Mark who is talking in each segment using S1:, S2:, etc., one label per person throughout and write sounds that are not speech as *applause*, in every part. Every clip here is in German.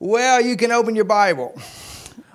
S1: Well, you can open your Bible.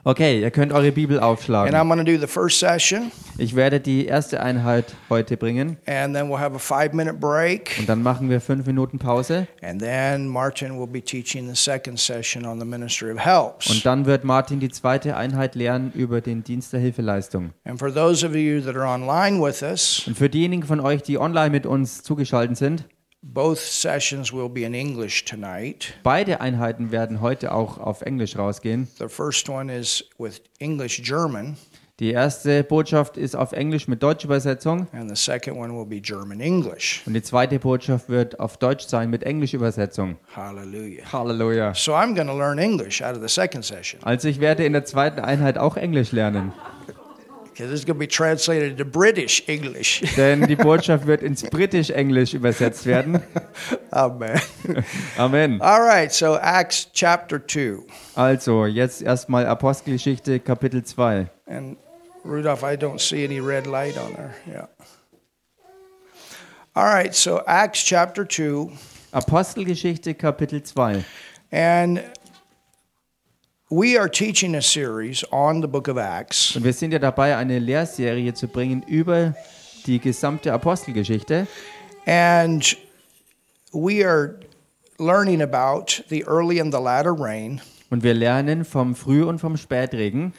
S2: Okay, ihr könnt eure Bibel
S1: And
S2: aufschlagen.
S1: I'm going to do the first session,
S2: Ich werde die erste Einheit heute bringen
S1: and then we'll have a five minute break.
S2: und dann machen wir fünf Minuten Pause
S1: And then Martin will be teaching the second session on the ministry of
S2: und
S1: helps.
S2: dann wird Martin die zweite Einheit lehren über den Dienst der Hilfeleistung.
S1: And for those of you that are online with us,
S2: Und für diejenigen von euch, die online mit uns zugeschaltet sind,
S1: both sessions will be in English tonight.
S2: beide Einheiten werden heute auch auf Englisch rausgehen.
S1: The first one is with English German,
S2: Die erste Botschaft ist auf Englisch mit Deutschübersetzung
S1: and the second one will be German English.
S2: und die zweite Botschaft wird auf Deutsch sein mit Englischübersetzung.
S1: Hallelujah.
S2: Halleluja.
S1: So I'm going to learn English out of the second session
S2: Also ich werde in der zweiten Einheit auch Englisch lernen,
S1: because it's going to be translated to British English. *laughs*
S2: denn die Botschaft wird ins britisch-englisch übersetzt werden.
S1: Amen. *laughs*
S2: Amen.
S1: All right, so Acts chapter 2.
S2: Also, jetzt erstmal Apostelgeschichte Kapitel 2.
S1: And Rudolph, I don't see any red light on there. Yeah. All right, so Acts chapter 2.
S2: Apostelgeschichte Kapitel 2.
S1: And we are teaching a series on the book of Acts.
S2: Und wir sind ja dabei, eine Lehrserie zu bringen über die gesamte Apostelgeschichte.
S1: And we are learning about the early and the latter rain.
S2: Und wir lernen vom Früh- und vom Spätregen.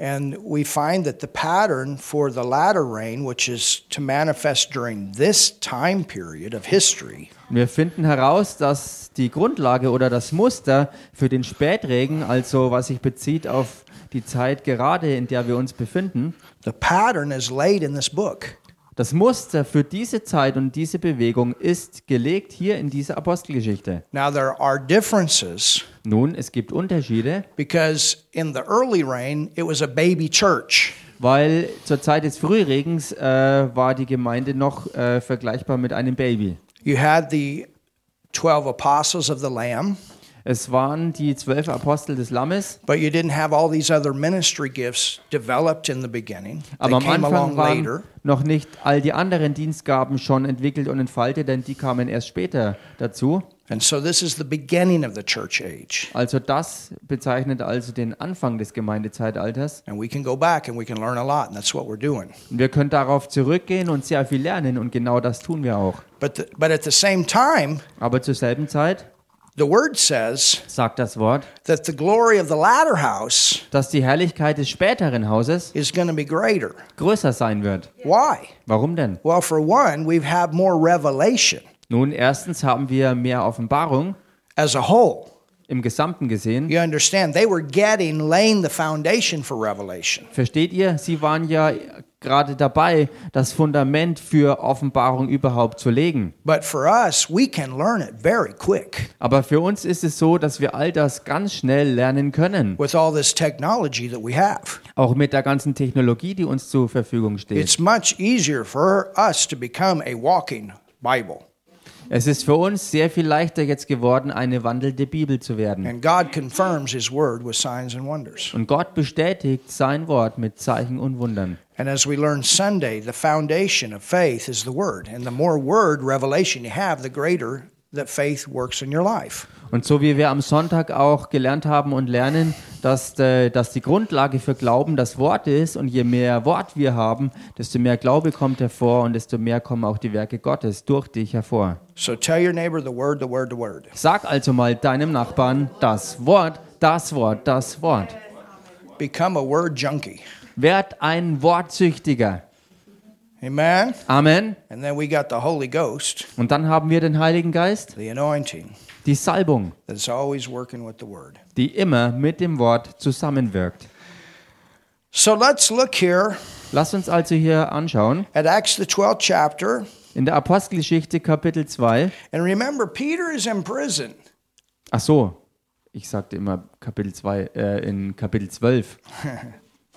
S1: And we find that the pattern for the latter rain, which is to manifest during this time period of history,
S2: Und wir finden heraus, dass die Grundlage oder das Muster für den Spätregen, also was sich bezieht auf die Zeit gerade, in der wir uns befinden,
S1: the pattern is laid in this book.
S2: das Muster für diese Zeit und diese Bewegung ist gelegt hier in dieser Apostelgeschichte.
S1: Now, there are differences
S2: Nun, es gibt Unterschiede.
S1: because in the early rain, it was a baby church.
S2: Weil zur Zeit des Frühregens äh, war die Gemeinde noch äh, vergleichbar mit einem Baby.
S1: You had the 12 apostles of the Lamb,
S2: Es waren die zwölf Apostel des Lammes,
S1: but you didn't have all these other ministry gifts developed in the beginning. They
S2: aber am
S1: came along
S2: Anfang
S1: later.
S2: waren noch nicht all die anderen Dienstgaben schon entwickelt und entfaltet, denn die kamen erst später dazu.
S1: And so, this is the beginning of the church age.
S2: Also das bezeichnet also den Anfang des Gemeindezeitalters.
S1: And we can go back and we can learn a lot, and that's what we're doing.
S2: Und wir können darauf zurückgehen und sehr viel lernen und genau das tun wir auch.
S1: But, the, but at the same time,
S2: Aber zur selben Zeit
S1: the word says
S2: sagt das Wort,
S1: that the glory of the latter house
S2: dass die Herrlichkeit des späteren Hauses
S1: is going to be greater.
S2: größer sein wird.
S1: Why?
S2: Warum denn?
S1: Well, for one, we've had more revelation
S2: Nun, erstens haben wir mehr Offenbarung
S1: as a whole.
S2: im Gesamten gesehen.
S1: You understand? They were getting, laying the foundation for revelation.
S2: Versteht ihr? Sie waren ja gerade dabei, das Fundament für Offenbarung überhaupt zu legen.
S1: But for us, we can learn it very quick
S2: Aber für uns ist es so, dass wir all das ganz schnell lernen können.
S1: with all this technology that we have.
S2: Auch mit der ganzen Technologie, die uns zur Verfügung steht.
S1: It's much easier for us to become a walking Bible.
S2: Es ist für uns sehr viel leichter jetzt geworden, eine wandelnde Bibel zu werden.
S1: And God confirms His word with signs and wonders.
S2: Und Gott bestätigt sein Wort mit Zeichen und Wundern.
S1: And as we learned Sunday, the foundation of faith is the word. And the more word revelation you have, the greater that faith works in your life.
S2: Und so wie wir am Sonntag auch gelernt haben und lernen, dass, äh, dass die Grundlage für Glauben das Wort ist und je mehr Wort wir haben, desto mehr Glaube kommt hervor und desto mehr kommen auch die Werke Gottes durch dich hervor.
S1: So tell your neighbor the word, the word, the word.
S2: Sag also mal deinem Nachbarn das Wort, das Wort, das Wort.
S1: Become a word junkie.
S2: Werd ein Wortsüchtiger.
S1: Amen.
S2: Amen.
S1: And then we got the Holy Ghost,
S2: Und dann haben wir den Heiligen Geist,
S1: the anointing
S2: die Salbung,
S1: that's always working with the word.
S2: die immer mit dem Wort zusammenwirkt.
S1: So let's look here
S2: Lass uns also hier anschauen,
S1: at Acts, the 12th chapter.
S2: in der Apostelgeschichte Kapitel 2,
S1: And remember, Peter is in prison.
S2: Ach so, ich sagte immer Kapitel 2, äh, in Kapitel 12.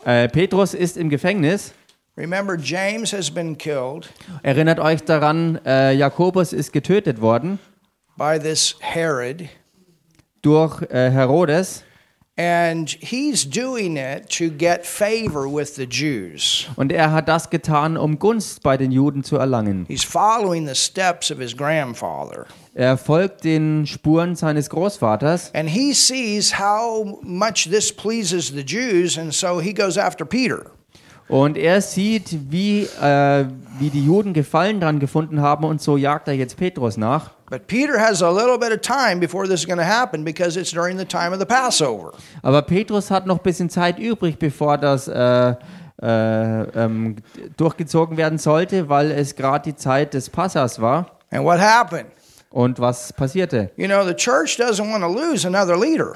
S2: äh, Petrus ist im Gefängnis.
S1: Remember, James has been killed
S2: Erinnert euch daran, äh, Jakobus ist getötet worden
S1: by this Herod.
S2: durch äh, Herodes.
S1: And he's doing it to get favor with the Jews.
S2: Und er hat das getan, um Gunst bei den Juden zu erlangen.
S1: He's following the steps of his grandfather.
S2: Er folgt den Spuren seines Großvaters
S1: And he sees how much this pleases the Jews, and so he goes after Peter.
S2: und er sieht, wie, äh, wie die Juden Gefallen dran gefunden haben und so jagt er jetzt Petrus nach.
S1: But Peter has a little bit of time before this is going to happen because it's during the time of the Passover.
S2: Aber Petrus hat noch ein bisschen Zeit übrig, bevor das äh, äh, ähm, durchgezogen werden sollte, weil es gerade die Zeit des Passas war.
S1: And what happened?
S2: Und was passierte?
S1: You know, the church doesn't want to lose another leader.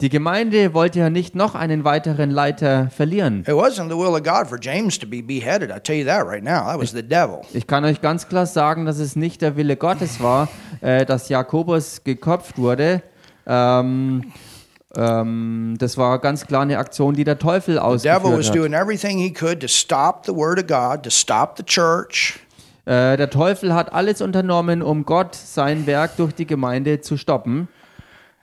S2: Die Gemeinde wollte ja nicht noch einen weiteren Leiter verlieren.
S1: It wasn't the will of God for James to be beheaded. I tell you that right now. That was the devil.
S2: Ich kann euch ganz klar sagen, dass es nicht der Wille Gottes war, äh, dass Jakobus geköpft wurde. Ähm, ähm, das war ganz klar eine Aktion, die der Teufel
S1: devil was
S2: ausgeführt hat.
S1: doing everything he could to stop the word of God, to stop the church.
S2: Äh, der Teufel hat alles unternommen, um Gott sein Werk durch die Gemeinde zu stoppen.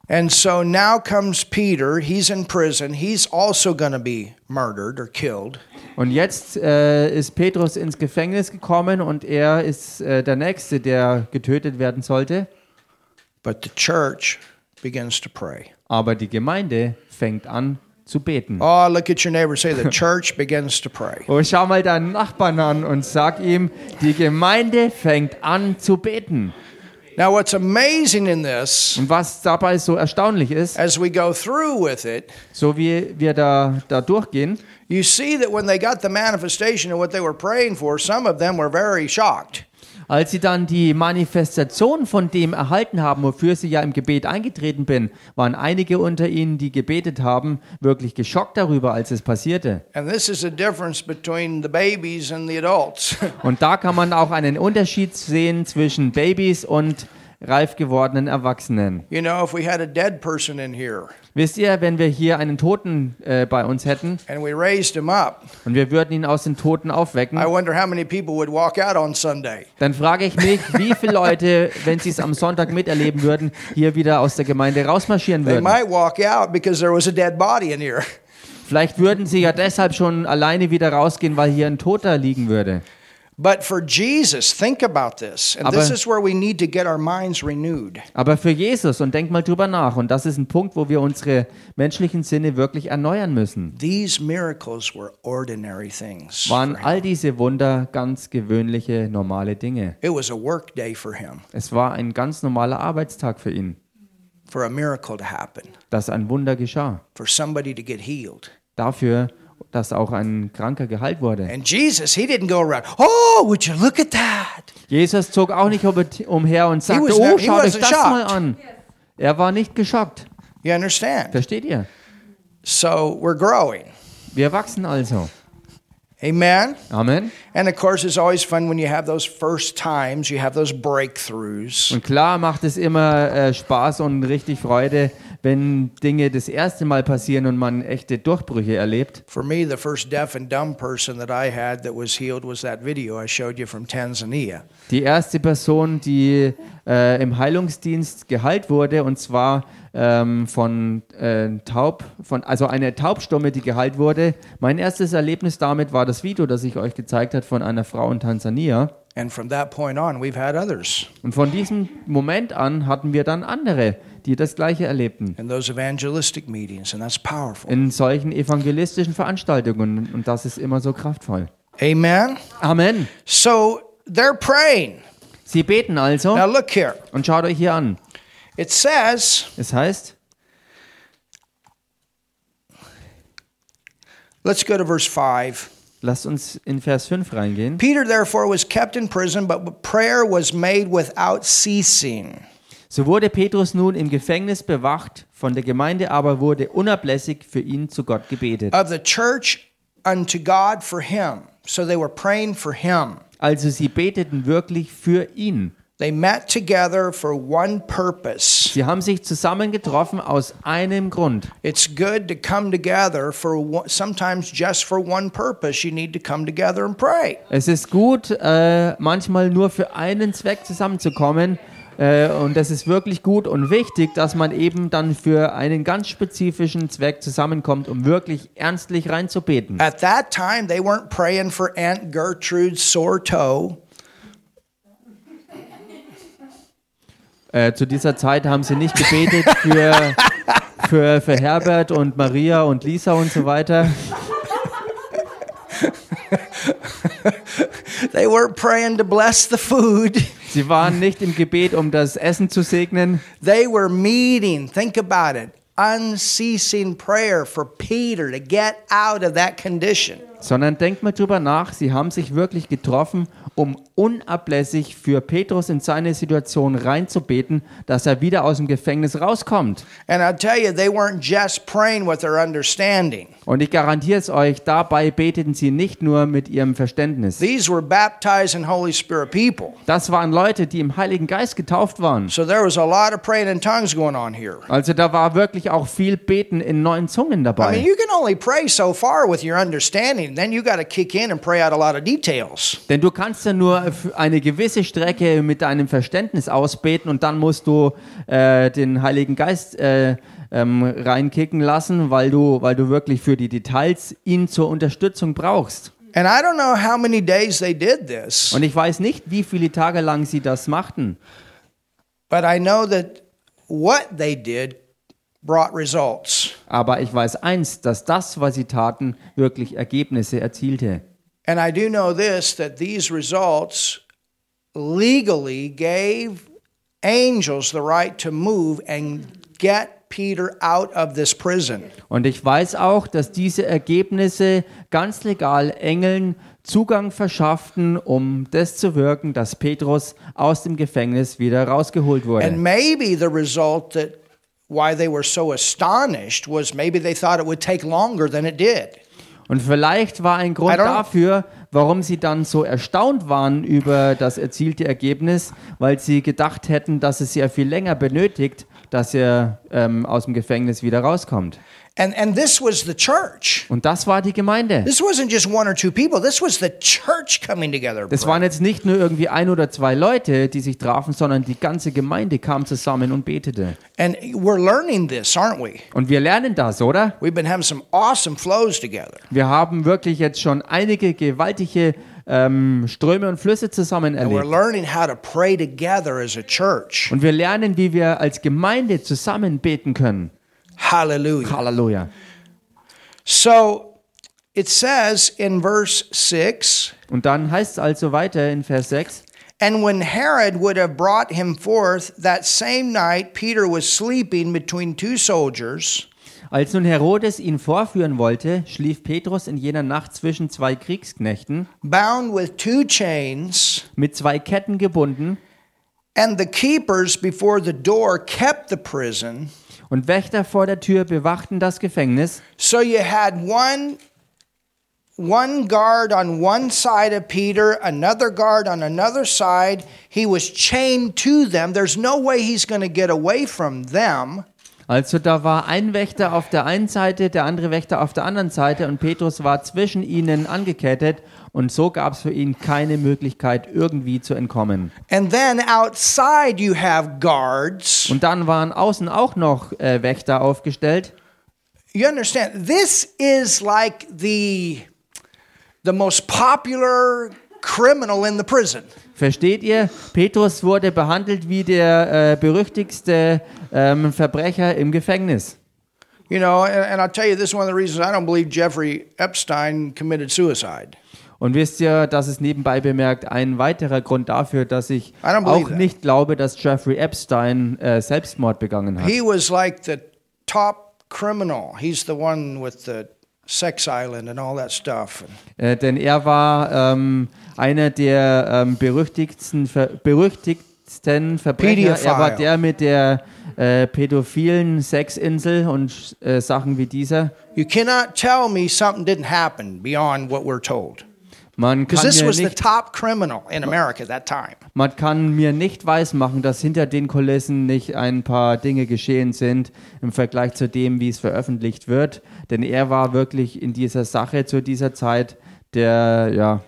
S1: And so now comes Peter. He's in prison. He's also going to be murdered or killed.
S2: Und jetzt äh, ist Petrus ins Gefängnis gekommen und er ist äh, der Nächste, der getötet werden sollte.
S1: But the church begins to pray.
S2: Aber die Gemeinde fängt an zu beten.
S1: Oh, look at your neighbor. Say, the church begins to pray.
S2: Oh, schau mal deinen Nachbarn an und sag ihm, die Gemeinde fängt an zu beten.
S1: Now, what's amazing in this,
S2: Und was dabei so erstaunlich ist,
S1: as we go through with it,
S2: so wie wir da, da durchgehen,
S1: you see that when they got the manifestation of what they were praying for, some of them were very shocked.
S2: als sie dann die Manifestation von dem erhalten haben, wofür sie ja im Gebet eingetreten bin, waren einige unter ihnen, die gebetet haben, wirklich geschockt darüber, als es passierte.
S1: And this is the difference between the babies and the adults. *laughs*
S2: Und da kann man auch einen Unterschied sehen zwischen Babys und reif gewordenen Erwachsenen.
S1: you know, if we had a dead person in here
S2: Wisst ihr, wenn wir hier einen Toten äh, bei uns hätten,
S1: and we raised him up,
S2: und wir würden ihn aus den Toten
S1: I
S2: aufwecken,
S1: wonder how many people would walk out on Sunday.
S2: dann frage ich mich, wie viele Leute, wenn sie es am Sonntag miterleben würden, hier wieder aus der Gemeinde rausmarschieren
S1: They
S2: würden.
S1: might walk out because there was a dead body in here. *laughs*
S2: Vielleicht würden sie ja deshalb schon alleine wieder rausgehen, weil hier ein Toter liegen würde.
S1: But for Jesus, think about this. And this
S2: Aber-
S1: is where we need to get our minds renewed.
S2: Aber für Jesus, und denk mal drüber nach, und das ist ein Punkt, wo wir unsere menschlichen Sinne wirklich erneuern müssen,
S1: These miracles were ordinary things. for
S2: waren
S1: him.
S2: all diese Wunder ganz gewöhnliche, normale Dinge.
S1: It was a work day for him,
S2: Es war ein ganz normaler Arbeitstag für ihn,
S1: for a miracle to happen,
S2: dass ein Wunder geschah.
S1: for somebody to get healed.
S2: Dafür, dass auch ein Kranker geheilt wurde.
S1: And Jesus, he didn't go around, oh, would you look at that?
S2: Jesus zog auch nicht ob- umher und
S1: He
S2: sagte,
S1: was
S2: oh,
S1: not- he
S2: schaut euch
S1: wasn't
S2: das
S1: shocked.
S2: mal an. Er war nicht geschockt.
S1: You understand?
S2: Versteht ihr?
S1: So we're growing.
S2: Wir wachsen also.
S1: Amen.
S2: Amen.
S1: And of course, it's always fun when you have those first times, you have those breakthroughs.
S2: Und klar macht es immer äh, Spaß und richtig Freude, wenn Dinge das erste Mal passieren und man echte Durchbrüche erlebt.
S1: For me, the first deaf and dumb person that I had that was healed was that video I showed you from Tanzania.
S2: Die erste Person, die äh, im Heilungsdienst geheilt wurde, und zwar ähm, von äh, taub, von, also eine Taubstumme, die geheilt wurde. Mein erstes Erlebnis damit war das Video, das ich euch gezeigt hat von einer Frau in Tansania.
S1: And from that point on, we've had others.
S2: Und von diesem Moment an hatten wir dann andere, die das Gleiche erlebten.
S1: in those evangelistic meetings, and that's powerful.
S2: In solchen evangelistischen Veranstaltungen. Und das ist immer so kraftvoll.
S1: Amen.
S2: Amen.
S1: So they're praying.
S2: Sie beten also.
S1: Now look here.
S2: Und schaut euch hier an.
S1: It says,
S2: Es heißt,
S1: let's go to verse 5.
S2: lasst uns in Vers 5 reingehen.
S1: Peter therefore was kept in prison, but prayer was made without ceasing.
S2: So wurde Petrus nun im Gefängnis bewacht, von der Gemeinde aber wurde unablässig für ihn zu Gott gebetet.
S1: Of the church unto God for him. So they were praying for him.
S2: Also sie beteten wirklich für ihn.
S1: They met together for one purpose.
S2: Sie haben sich zusammengetroffen aus einem Grund.
S1: It's good to come together for one, sometimes just for one purpose. You need to come together and pray.
S2: Es ist gut, äh, manchmal nur für einen Zweck zusammenzukommen, Äh, und das ist wirklich gut und wichtig, dass man eben dann für einen ganz spezifischen Zweck zusammenkommt, um wirklich ernstlich reinzubeten.
S1: At that time, they weren't praying for Aunt Gertrude's sore toe.
S2: Äh, zu dieser Zeit haben sie nicht gebetet für, für, für Herbert und Maria und Lisa und so weiter.
S1: They weren't praying to bless the food. *laughs*
S2: Sie waren nicht im Gebet, um das Essen zu segnen.
S1: They were meeting, think about it, unceasing prayer for Peter to get out of that condition.
S2: sondern denkt mal drüber nach, sie haben sich wirklich getroffen, um unablässig für Petrus in seine Situation reinzubeten, dass er wieder aus dem Gefängnis rauskommt.
S1: And I'll tell you, they weren't just praying with their understanding.
S2: Und ich garantiere es euch, dabei beteten sie nicht nur mit ihrem Verständnis.
S1: These were baptized in Holy Spirit people.
S2: Das waren Leute, die im Heiligen Geist getauft waren.
S1: So there was a lot of praying in tongues going on here.
S2: Also da war wirklich auch viel Beten in neuen Zungen
S1: I mean,
S2: dabei.
S1: you can only pray so far with your understanding. Then you got to kick in and pray out a lot of details.
S2: Denn du kannst ja nur für eine gewisse Strecke mit deinem Verständnis ausbeten und dann musst du äh, den Heiligen Geist äh, ähm, reinkicken lassen, weil du, weil du wirklich für die Details ihn zur Unterstützung brauchst.
S1: And I don't know how many days they did this,
S2: Und ich weiß nicht, wie viele Tage lang sie das machten,
S1: but I know that what they did brought results.
S2: aber ich weiß eins, dass das, was sie taten, wirklich Ergebnisse erzielte.
S1: And I do know this that these results legally gave angels the right to move and get Peter out of this prison.
S2: Und ich weiß auch, dass diese Ergebnisse ganz legal Engeln Zugang verschafften, um das zu wirken, dass Petrus aus dem Gefängnis wieder rausgeholt wurde.
S1: And maybe the result that why they were so astonished was maybe they thought it would take longer than it did.
S2: Und vielleicht war ein Grund
S1: I don't-
S2: dafür, warum sie dann so erstaunt waren über das erzielte Ergebnis, weil sie gedacht hätten, dass es ja viel länger benötigt, dass er ähm, aus dem Gefängnis wieder rauskommt.
S1: And and this was the church.
S2: Und das war die Gemeinde.
S1: This wasn't just one or two people. This was the church coming together.
S2: Das
S1: bro.
S2: waren jetzt nicht nur irgendwie ein oder zwei Leute, die sich trafen, sondern die ganze Gemeinde kam zusammen und betete.
S1: And we're learning this, aren't we?
S2: Und wir lernen das, oder?
S1: We've been having some awesome flows together.
S2: Wir haben wirklich jetzt schon einige gewaltige ähm, Ströme und Flüsse zusammen
S1: And we're
S2: erlebt.
S1: learning how to pray together as a church.
S2: Und wir lernen, wie wir als Gemeinde zusammen beten können.
S1: Hallelujah.
S2: Halleluja.
S1: So it says in verse 6
S2: Und dann heißt es also weiter in Vers 6.
S1: And when Herod would have brought him forth, that same night Peter was sleeping between two soldiers.
S2: Als nun Herodes ihn vorführen wollte, schlief Petrus in jener Nacht zwischen zwei Kriegsknechten,
S1: bound with two chains,
S2: mit zwei Ketten gebunden,
S1: and the keepers before the door kept the prison.
S2: und Wächter vor der Tür bewachten das Gefängnis.
S1: So you had one one guard on one side of Peter, another guard on another side. He was chained to them. There's no way he's going to get away from them.
S2: Also da war ein Wächter auf der einen Seite, der andere Wächter auf der anderen Seite und Petrus war zwischen ihnen angekettet und so gab es für ihn keine Möglichkeit, irgendwie zu entkommen.
S1: And then outside you have guards.
S2: Und dann waren außen auch noch äh, Wächter aufgestellt.
S1: You understand? This is like the the most popular criminal in the prison.
S2: Versteht ihr? Petrus wurde behandelt wie der äh, berüchtigste ähm, Verbrecher im Gefängnis.
S1: You know, and, and I'll tell you this is one of the reasons I don't believe Jeffrey Epstein committed suicide.
S2: Und wisst ihr, das ist nebenbei bemerkt ein weiterer Grund dafür, dass ich
S1: I don't believe
S2: auch
S1: that.
S2: nicht glaube, dass Jeffrey Epstein äh, Selbstmord begangen hat.
S1: He was like the top criminal. He's the one with the sex island and all that stuff.
S2: Äh, denn er war ähm, einer der ähm, berüchtigsten, ver berüchtigsten Verbrecher. Er war
S1: Pädophile.
S2: der mit der äh, pädophilen Sexinsel und äh, Sachen wie dieser.
S1: You cannot tell me something didn't happen beyond what we're told.
S2: Man kann,
S1: Because this
S2: mir
S1: was the
S2: nicht,
S1: top criminal in America at that time.
S2: man kann mir nicht weismachen, dass hinter den Kulissen nicht ein paar Dinge geschehen sind im Vergleich zu dem, wie es veröffentlicht wird. Denn er war wirklich in dieser Sache zu dieser Zeit der, ja,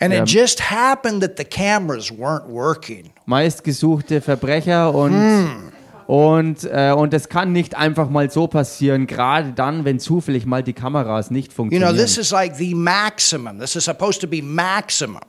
S1: And it just happened that the cameras weren't working.
S2: meistgesuchte Verbrecher und
S1: Hm.
S2: und äh, und es kann nicht einfach mal so passieren, gerade dann, wenn zufällig mal die Kameras nicht
S1: You know,
S2: funktionieren.
S1: this is like the maximum. This is supposed to be maximum.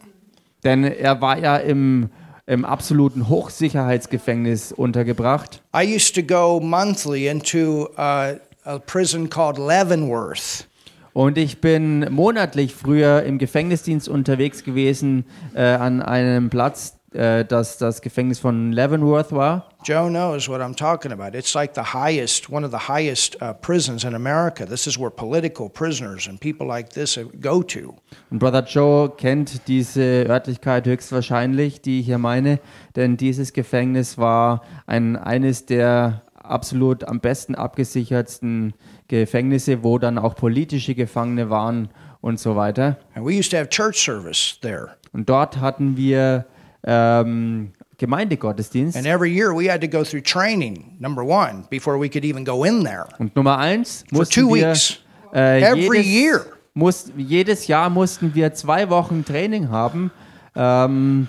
S2: Denn er war ja im im absoluten Hochsicherheitsgefängnis untergebracht.
S1: I used to go monthly into uh, a prison called Leavenworth.
S2: Und ich bin monatlich früher im Gefängnisdienst unterwegs gewesen äh, an einem Platz, äh, das das Gefängnis von Leavenworth war.
S1: Joe knows what I'm talking about. It's like the highest, one of the highest uh, prisons in America. This is where political prisoners and people like this uh, go to.
S2: Und Brother Joe kennt diese Örtlichkeit höchstwahrscheinlich, die ich hier meine, denn dieses Gefängnis war ein, eines der absolut am besten abgesichertsten Gefängnisse, wo dann auch politische Gefangene waren und so weiter.
S1: And we used to have church service there.
S2: Und dort hatten wir ähm, Gemeindegottesdienst.
S1: And every year we had to go through training, number one, before we could even go in there.
S2: Und Nummer eins mussten
S1: two
S2: wir
S1: weeks.
S2: äh,
S1: Every
S2: jedes,
S1: year.
S2: muss, jedes Jahr mussten wir zwei Wochen Training haben, ähm,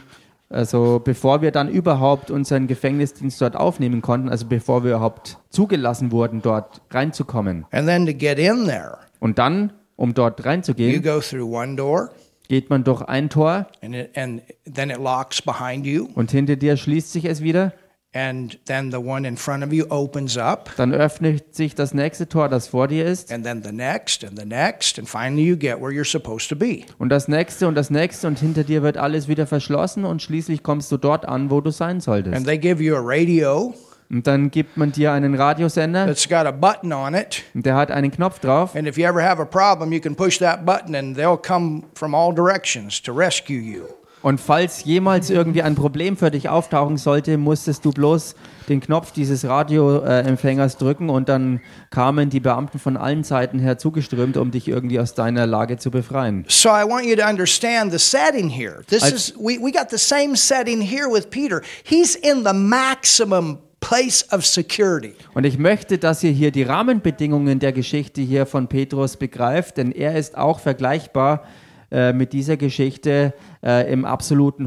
S2: also bevor wir dann überhaupt unseren Gefängnisdienst dort aufnehmen konnten, also bevor wir überhaupt zugelassen wurden, dort reinzukommen.
S1: And then to get in there,
S2: Und dann, um dort
S1: you
S2: reinzugehen,
S1: go through one door
S2: geht man durch ein Tor
S1: and, it, and then it locks behind you.
S2: und hinter dir schließt sich es wieder.
S1: And then the one in front of you opens up.
S2: Dann öffnet sich das nächste Tor, das vor dir ist.
S1: And then the next and the next. And finally you get where you're supposed to be.
S2: Und das nächste und das nächste und hinter dir wird alles wieder verschlossen und schließlich kommst du dort an, wo du sein solltest.
S1: And they give you a radio
S2: Und dann gibt man dir einen Radiosender
S1: that's got a button on it.
S2: und der hat einen Knopf drauf.
S1: And if you ever have a problem, you can push that button and they'll come from all directions to rescue you.
S2: Und falls jemals irgendwie ein Problem für dich auftauchen sollte, musstest du bloß den Knopf dieses Radioempfängers äh, Empfängers drücken und dann kamen die Beamten von allen Seiten her zugeströmt, um dich irgendwie aus deiner Lage zu befreien.
S1: So I want you to understand the setting here. This
S2: I-
S1: is we, we got the same setting here with Peter. He's in the maximum place of security.
S2: Und ich möchte, dass ihr hier die Rahmenbedingungen der Geschichte hier von Petrus begreift, denn er ist auch vergleichbar äh, mit dieser Geschichte äh, im absoluten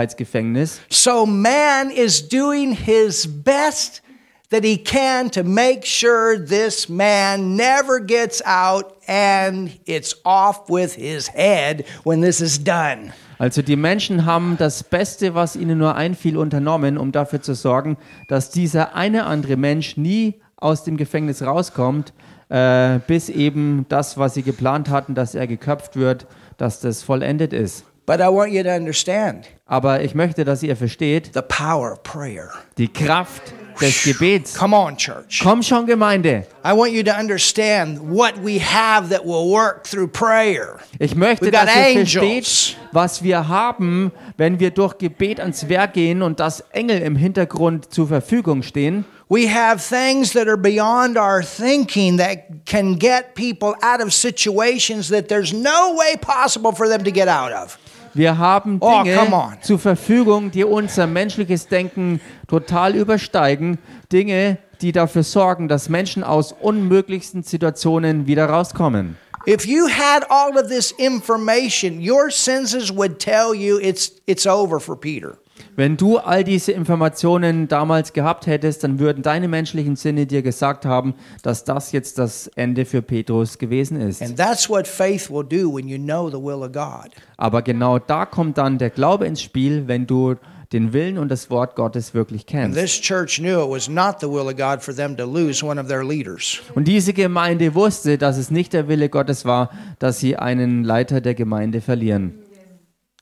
S2: Hochsicherheitsgefängnis.
S1: So man is doing his best that he can to make sure this man never gets out and it's off with his head when this is done.
S2: Also die Menschen haben das Beste, was ihnen nur einfiel, unternommen, um dafür zu sorgen, dass dieser eine andere Mensch nie aus dem Gefängnis rauskommt, äh, bis eben das, was sie geplant hatten, dass er geköpft wird, dass das vollendet ist.
S1: But I want you to understand
S2: Aber ich möchte, dass ihr versteht,
S1: the power of prayer.
S2: die Kraft des Gebets.
S1: Come on, church.
S2: Komm schon, Gemeinde.
S1: I want you to understand what we have that will work through prayer.
S2: Ich möchte,
S1: We got
S2: dass ihr
S1: angels.
S2: versteht, was wir haben, wenn wir durch Gebet ans Werk gehen und dass Engel im Hintergrund zur Verfügung stehen.
S1: We have things that are beyond our thinking that can get people out of situations that there's no way possible for them to get out of.
S2: Wir haben
S1: Oh,
S2: Dinge
S1: come on.
S2: zur Verfügung, die unser menschliches Denken total übersteigen. Dinge, die dafür sorgen, dass Menschen aus unmöglichsten Situationen wieder rauskommen.
S1: If you had all of this information, your senses would tell you it's it's over for Peter.
S2: Wenn du all diese Informationen damals gehabt hättest, dann würden deine menschlichen Sinne dir gesagt haben, dass das jetzt das Ende für Petrus gewesen ist.
S1: And that's what faith will do when you know the will of God.
S2: Aber genau da kommt dann der Glaube ins Spiel, wenn du den Willen und das Wort Gottes wirklich kennst.
S1: This church knew it was not the will of God for them to lose one of their leaders.
S2: Und diese Gemeinde wusste, dass es nicht der Wille Gottes war, dass sie einen Leiter der Gemeinde verlieren.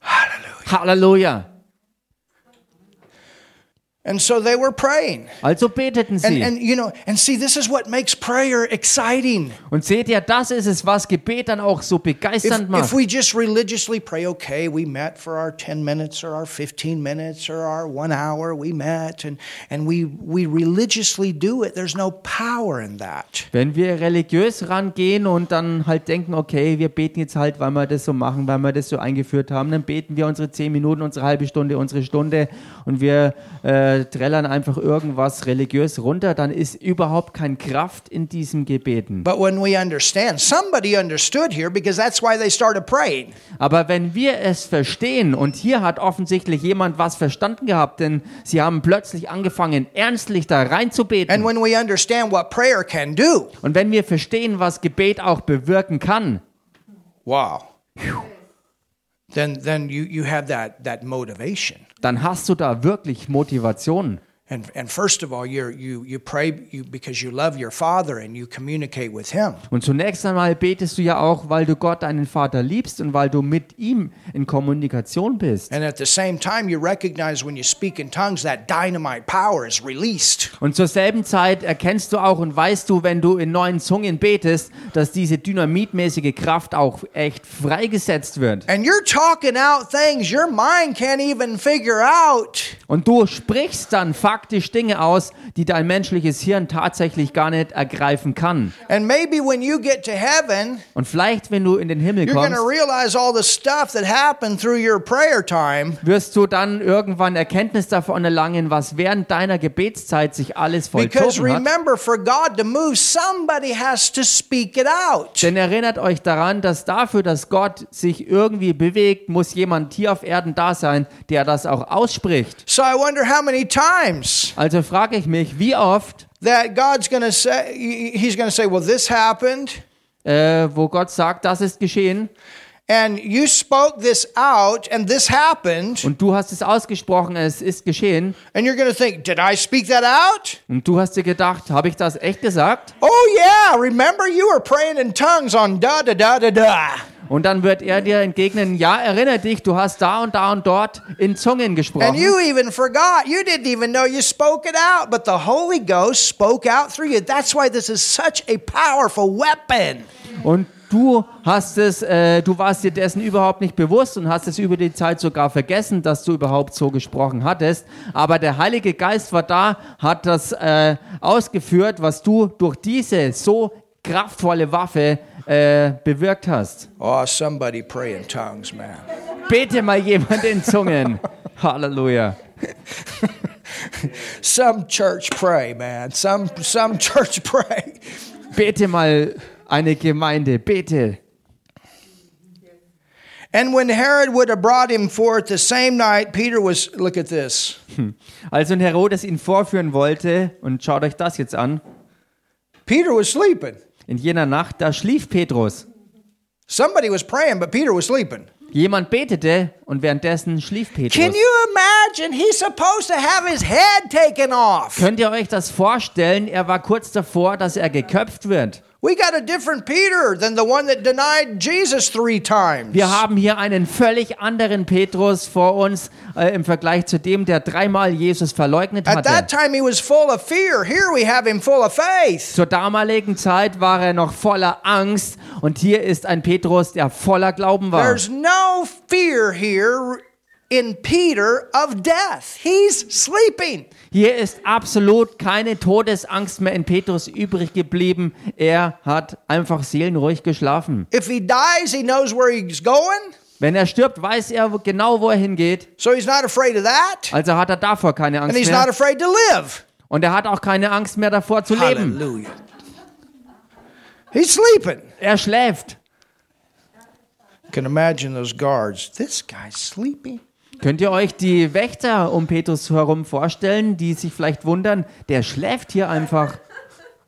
S1: Hallelujah.
S2: Halleluja!
S1: And so they were praying.
S2: Also beteten
S1: And,
S2: sie.
S1: and you know, and see, this is what makes prayer exciting.
S2: Und seht ihr, das ist es, was Gebet dann auch so
S1: If,
S2: begeisternd
S1: if
S2: macht.
S1: we just religiously pray, okay, we met for our 10 minutes or our 15 minutes or our one hour, we met, and, and we, we religiously do it, there's no power in that.
S2: Wenn wir religiös rangehen und dann halt denken, okay, wir beten jetzt halt, weil wir das so machen, weil wir das so eingeführt haben, dann beten wir unsere 10 Minuten, unsere halbe Stunde, unsere Stunde und wir äh, wir trällern einfach irgendwas religiös runter, dann ist überhaupt keine Kraft in diesem Gebeten.
S1: But when we understand, somebody understood here because that's why they started praying.
S2: Aber wenn wir es verstehen, und hier hat offensichtlich jemand was verstanden gehabt, denn sie haben plötzlich angefangen, ernstlich da
S1: And
S2: reinzubeten.
S1: when we understand what prayer can do,
S2: Und wenn wir verstehen, was Gebet auch bewirken kann,
S1: wow. Then then you, you have that that motivation.
S2: dann hast du da wirklich Motivation.
S1: And and first of all, you you you pray you because you love your father and you communicate with him.
S2: Und zunächst einmal betest du ja auch, weil du Gott, deinen Vater, liebst und weil du mit ihm in Kommunikation bist.
S1: And at the same time, you recognize when you speak in tongues that dynamite power is released.
S2: Und zur selben Zeit erkennst du auch und weißt du, wenn du in neuen Zungen betest, dass diese dynamitmäßige Kraft auch echt freigesetzt wird.
S1: And you're talking out things your mind can't even figure out.
S2: Und du sprichst dann faktisch Dinge aus, die dein menschliches Hirn tatsächlich gar nicht ergreifen kann.
S1: And maybe when you get to heaven,
S2: Und vielleicht, wenn du in den Himmel
S1: you're going
S2: kommst,
S1: to realize all the stuff that happened through your prayer time
S2: wirst du dann irgendwann Erkenntnis davon erlangen, was während deiner Gebetszeit sich alles
S1: because
S2: vollzogen hat.
S1: remember for God to move somebody has to speak it out.
S2: Denn erinnert euch daran, dass dafür, dass Gott sich irgendwie bewegt, muss jemand hier auf Erden da sein, der das auch ausspricht.
S1: So I wonder how many times
S2: Also frage ich mich, wie oft,
S1: that God's going to say he's going to say, "Well, this happened."
S2: äh, wo Gott sagt, das ist geschehen
S1: And you spoke this out and this happened.
S2: und du hast es ausgesprochen, es ist geschehen
S1: And you're going to think, did I speak that out?
S2: und du hast dir gedacht, habe ich das echt gesagt?
S1: Oh, yeah, remember you were praying in tongues on da da da da da.
S2: Und dann wird er dir entgegnen, ja, erinnere dich, du hast da und da und dort in Zungen
S1: And
S2: gesprochen.
S1: you even forgot. You didn't even know you spoke it out, but the Holy Ghost spoke out through you. That's why this is such a powerful weapon.
S2: Und du hast es, äh, du warst dir dessen überhaupt nicht bewusst und hast es über die Zeit sogar vergessen, dass du überhaupt so gesprochen hattest. Aber der Heilige Geist war da, hat das äh, ausgeführt, was du durch diese so kraftvolle Waffe äh, bewirkt hast.
S1: Oh, somebody pray in tongues, man.
S2: Bete mal jemand in
S1: *laughs*
S2: Zungen. Halleluja.
S1: Some church pray, man. Some some *laughs* church pray.
S2: Bete mal eine Gemeinde. Bete.
S1: And when Herod would have brought him forth the same night, Peter was look at this.
S2: Als nun Herodes ihn vorführen wollte, und schaut euch das jetzt an,
S1: Peter was sleeping.
S2: in jener Nacht, da schlief Petrus.
S1: Somebody was praying, but Peter was sleeping.
S2: Jemand betete und währenddessen schlief
S1: Can
S2: Petrus.
S1: you imagine? He's supposed to have his head taken off.
S2: Könnt ihr euch das vorstellen? Er war kurz davor, dass er geköpft wird.
S1: We got a different Peter than the one that denied Jesus three times.
S2: Wir haben hier einen völlig anderen Petrus vor uns äh, im Vergleich zu dem, der dreimal Jesus verleugnet
S1: At that
S2: hatte.
S1: time, he was full of fear. Here we have him full of faith.
S2: Zur damaligen Zeit war er noch voller Angst und hier ist ein Petrus, der voller Glauben war.
S1: There's no fear here in Peter of death. He's sleeping.
S2: Hier ist absolut keine Todesangst mehr in Petrus übrig geblieben. Er hat einfach seelenruhig geschlafen.
S1: If he dies, he knows where he's going,
S2: Wenn er stirbt, weiß er wo- genau, wo er hingeht.
S1: so he's not afraid of that,
S2: Also hat er davor keine
S1: and
S2: Angst
S1: he's not
S2: mehr.
S1: afraid to live.
S2: Und er hat auch keine Angst mehr davor zu leben.
S1: Hallelujah. He's sleeping.
S2: Er schläft.
S1: Can imagine those guards. This guy's sleeping.
S2: Könnt ihr euch die Wächter um Petrus herum vorstellen, die sich vielleicht wundern, der schläft hier einfach.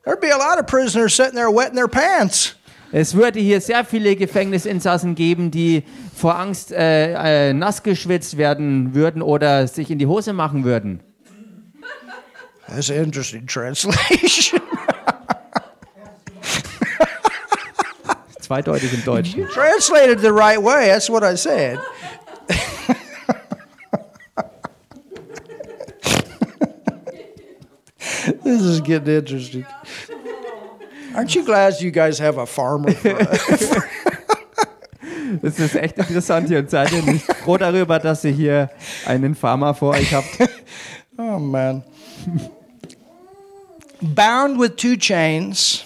S1: There'd be a lot of prisoners sitting there wetting their pants.
S2: Es würde hier sehr viele Gefängnisinsassen geben, die vor Angst äh, äh, nass geschwitzt werden würden oder sich in die Hose machen würden.
S1: That's an interesting *laughs* translation.
S2: Zweideutig im Deutschen.
S1: Translated the right way. That's what I said. *laughs* this is getting interesting. Aren't you glad you guys have a farmer? For
S2: *laughs* Das ist echt interessant hier und seid ihr nicht froh darüber, dass ihr hier einen Farmer vor euch habt.
S1: oh man. *laughs* Bound with two chains,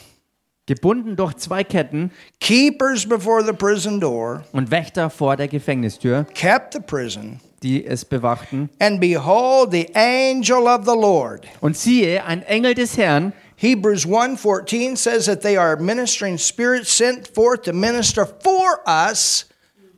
S2: Gebunden durch zwei Ketten
S1: keepers before the prison door,
S2: und Wächter vor der Gefängnistür,
S1: kept the prison.
S2: die es bewachten.
S1: And behold, the angel of the Lord.
S2: Und siehe, ein Engel des Herrn,
S1: Hebrews 1:14 says that they are ministering spirits sent forth to minister for us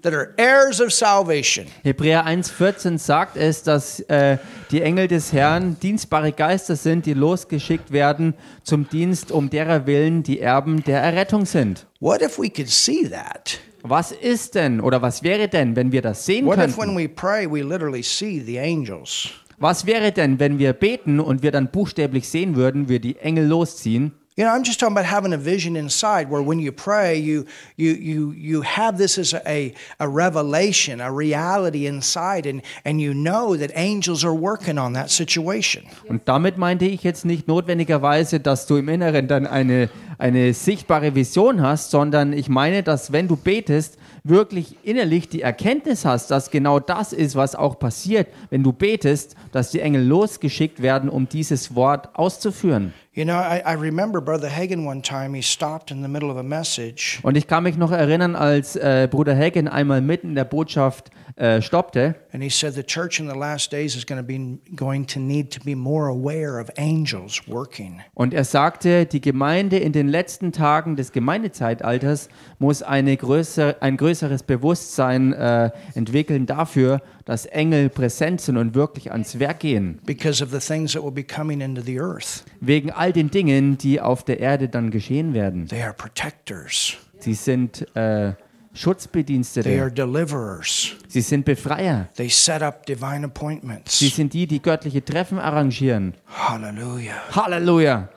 S1: that are heirs of salvation.
S2: Hebräer 1,14 sagt es, dass äh, die Engel des Herrn dienstbare Geister sind, die losgeschickt werden zum Dienst, um derer Willen die Erben der Errettung sind.
S1: What if we could see that?
S2: Was ist denn oder was wäre denn, wenn wir das sehen
S1: What if
S2: könnten?
S1: when we pray we literally see the angels?
S2: Was wäre denn, wenn wir beten und wir dann buchstäblich sehen würden, wir die Engel losziehen?
S1: You know, I'm just talking about having a vision inside where when you pray, you you you you have this as a, a revelation, a reality inside, and and you know that angels are working on that situation.
S2: Und damit meinte ich jetzt nicht notwendigerweise, dass du im Inneren dann eine, eine sichtbare Vision hast, sondern ich meine, dass wenn du betest, wirklich innerlich die Erkenntnis hast, dass genau das ist, was auch passiert, wenn du betest, dass die Engel losgeschickt werden, um dieses Wort auszuführen.
S1: You know, I, I remember Brother Hagen one time, he stopped in the middle of a message
S2: Und ich kann mich noch erinnern, als äh, Bruder Hagen einmal mitten in der Botschaft äh, stoppte
S1: and he said the church in the last days is going to be going to need to be more aware of angels working.
S2: Und er sagte, die Gemeinde in den letzten Tagen des Gemeindezeitalters muss eine größer, ein größeres Bewusstsein äh, entwickeln dafür, dass Engel präsent sind und wirklich ans Werk gehen,
S1: because of the things that will be coming into the earth.
S2: wegen all den Dingen, die auf der Erde dann geschehen werden.
S1: They are protectors,
S2: Sie sind äh,
S1: they are
S2: Schutzbedienstete,
S1: deliverers,
S2: sie sind Befreier,
S1: they set up divine
S2: sie
S1: appointments.
S2: sind die, die göttliche Treffen arrangieren.
S1: Hallelujah.
S2: Halleluja,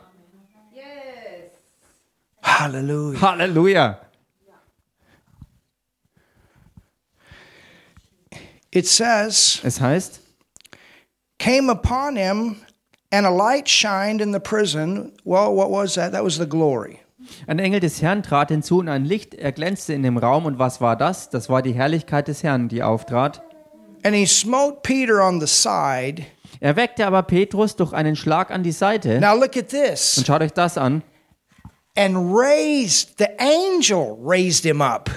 S1: Hallelujah.
S2: Halleluja.
S1: It says,
S2: Es heißt,
S1: came upon him and a light shined in the prison. Well, what was that? That was the glory.
S2: Ein Engel des Herrn trat hinzu und ein Licht erglänzte in dem Raum. Und was war das? Das war die Herrlichkeit des Herrn, die auftrat.
S1: And he smote Peter on the side.
S2: Er weckte aber Petrus durch einen Schlag an die Seite.
S1: Now look at
S2: Und
S1: this.
S2: schaut euch das an.
S1: And raised, the angel raised him up.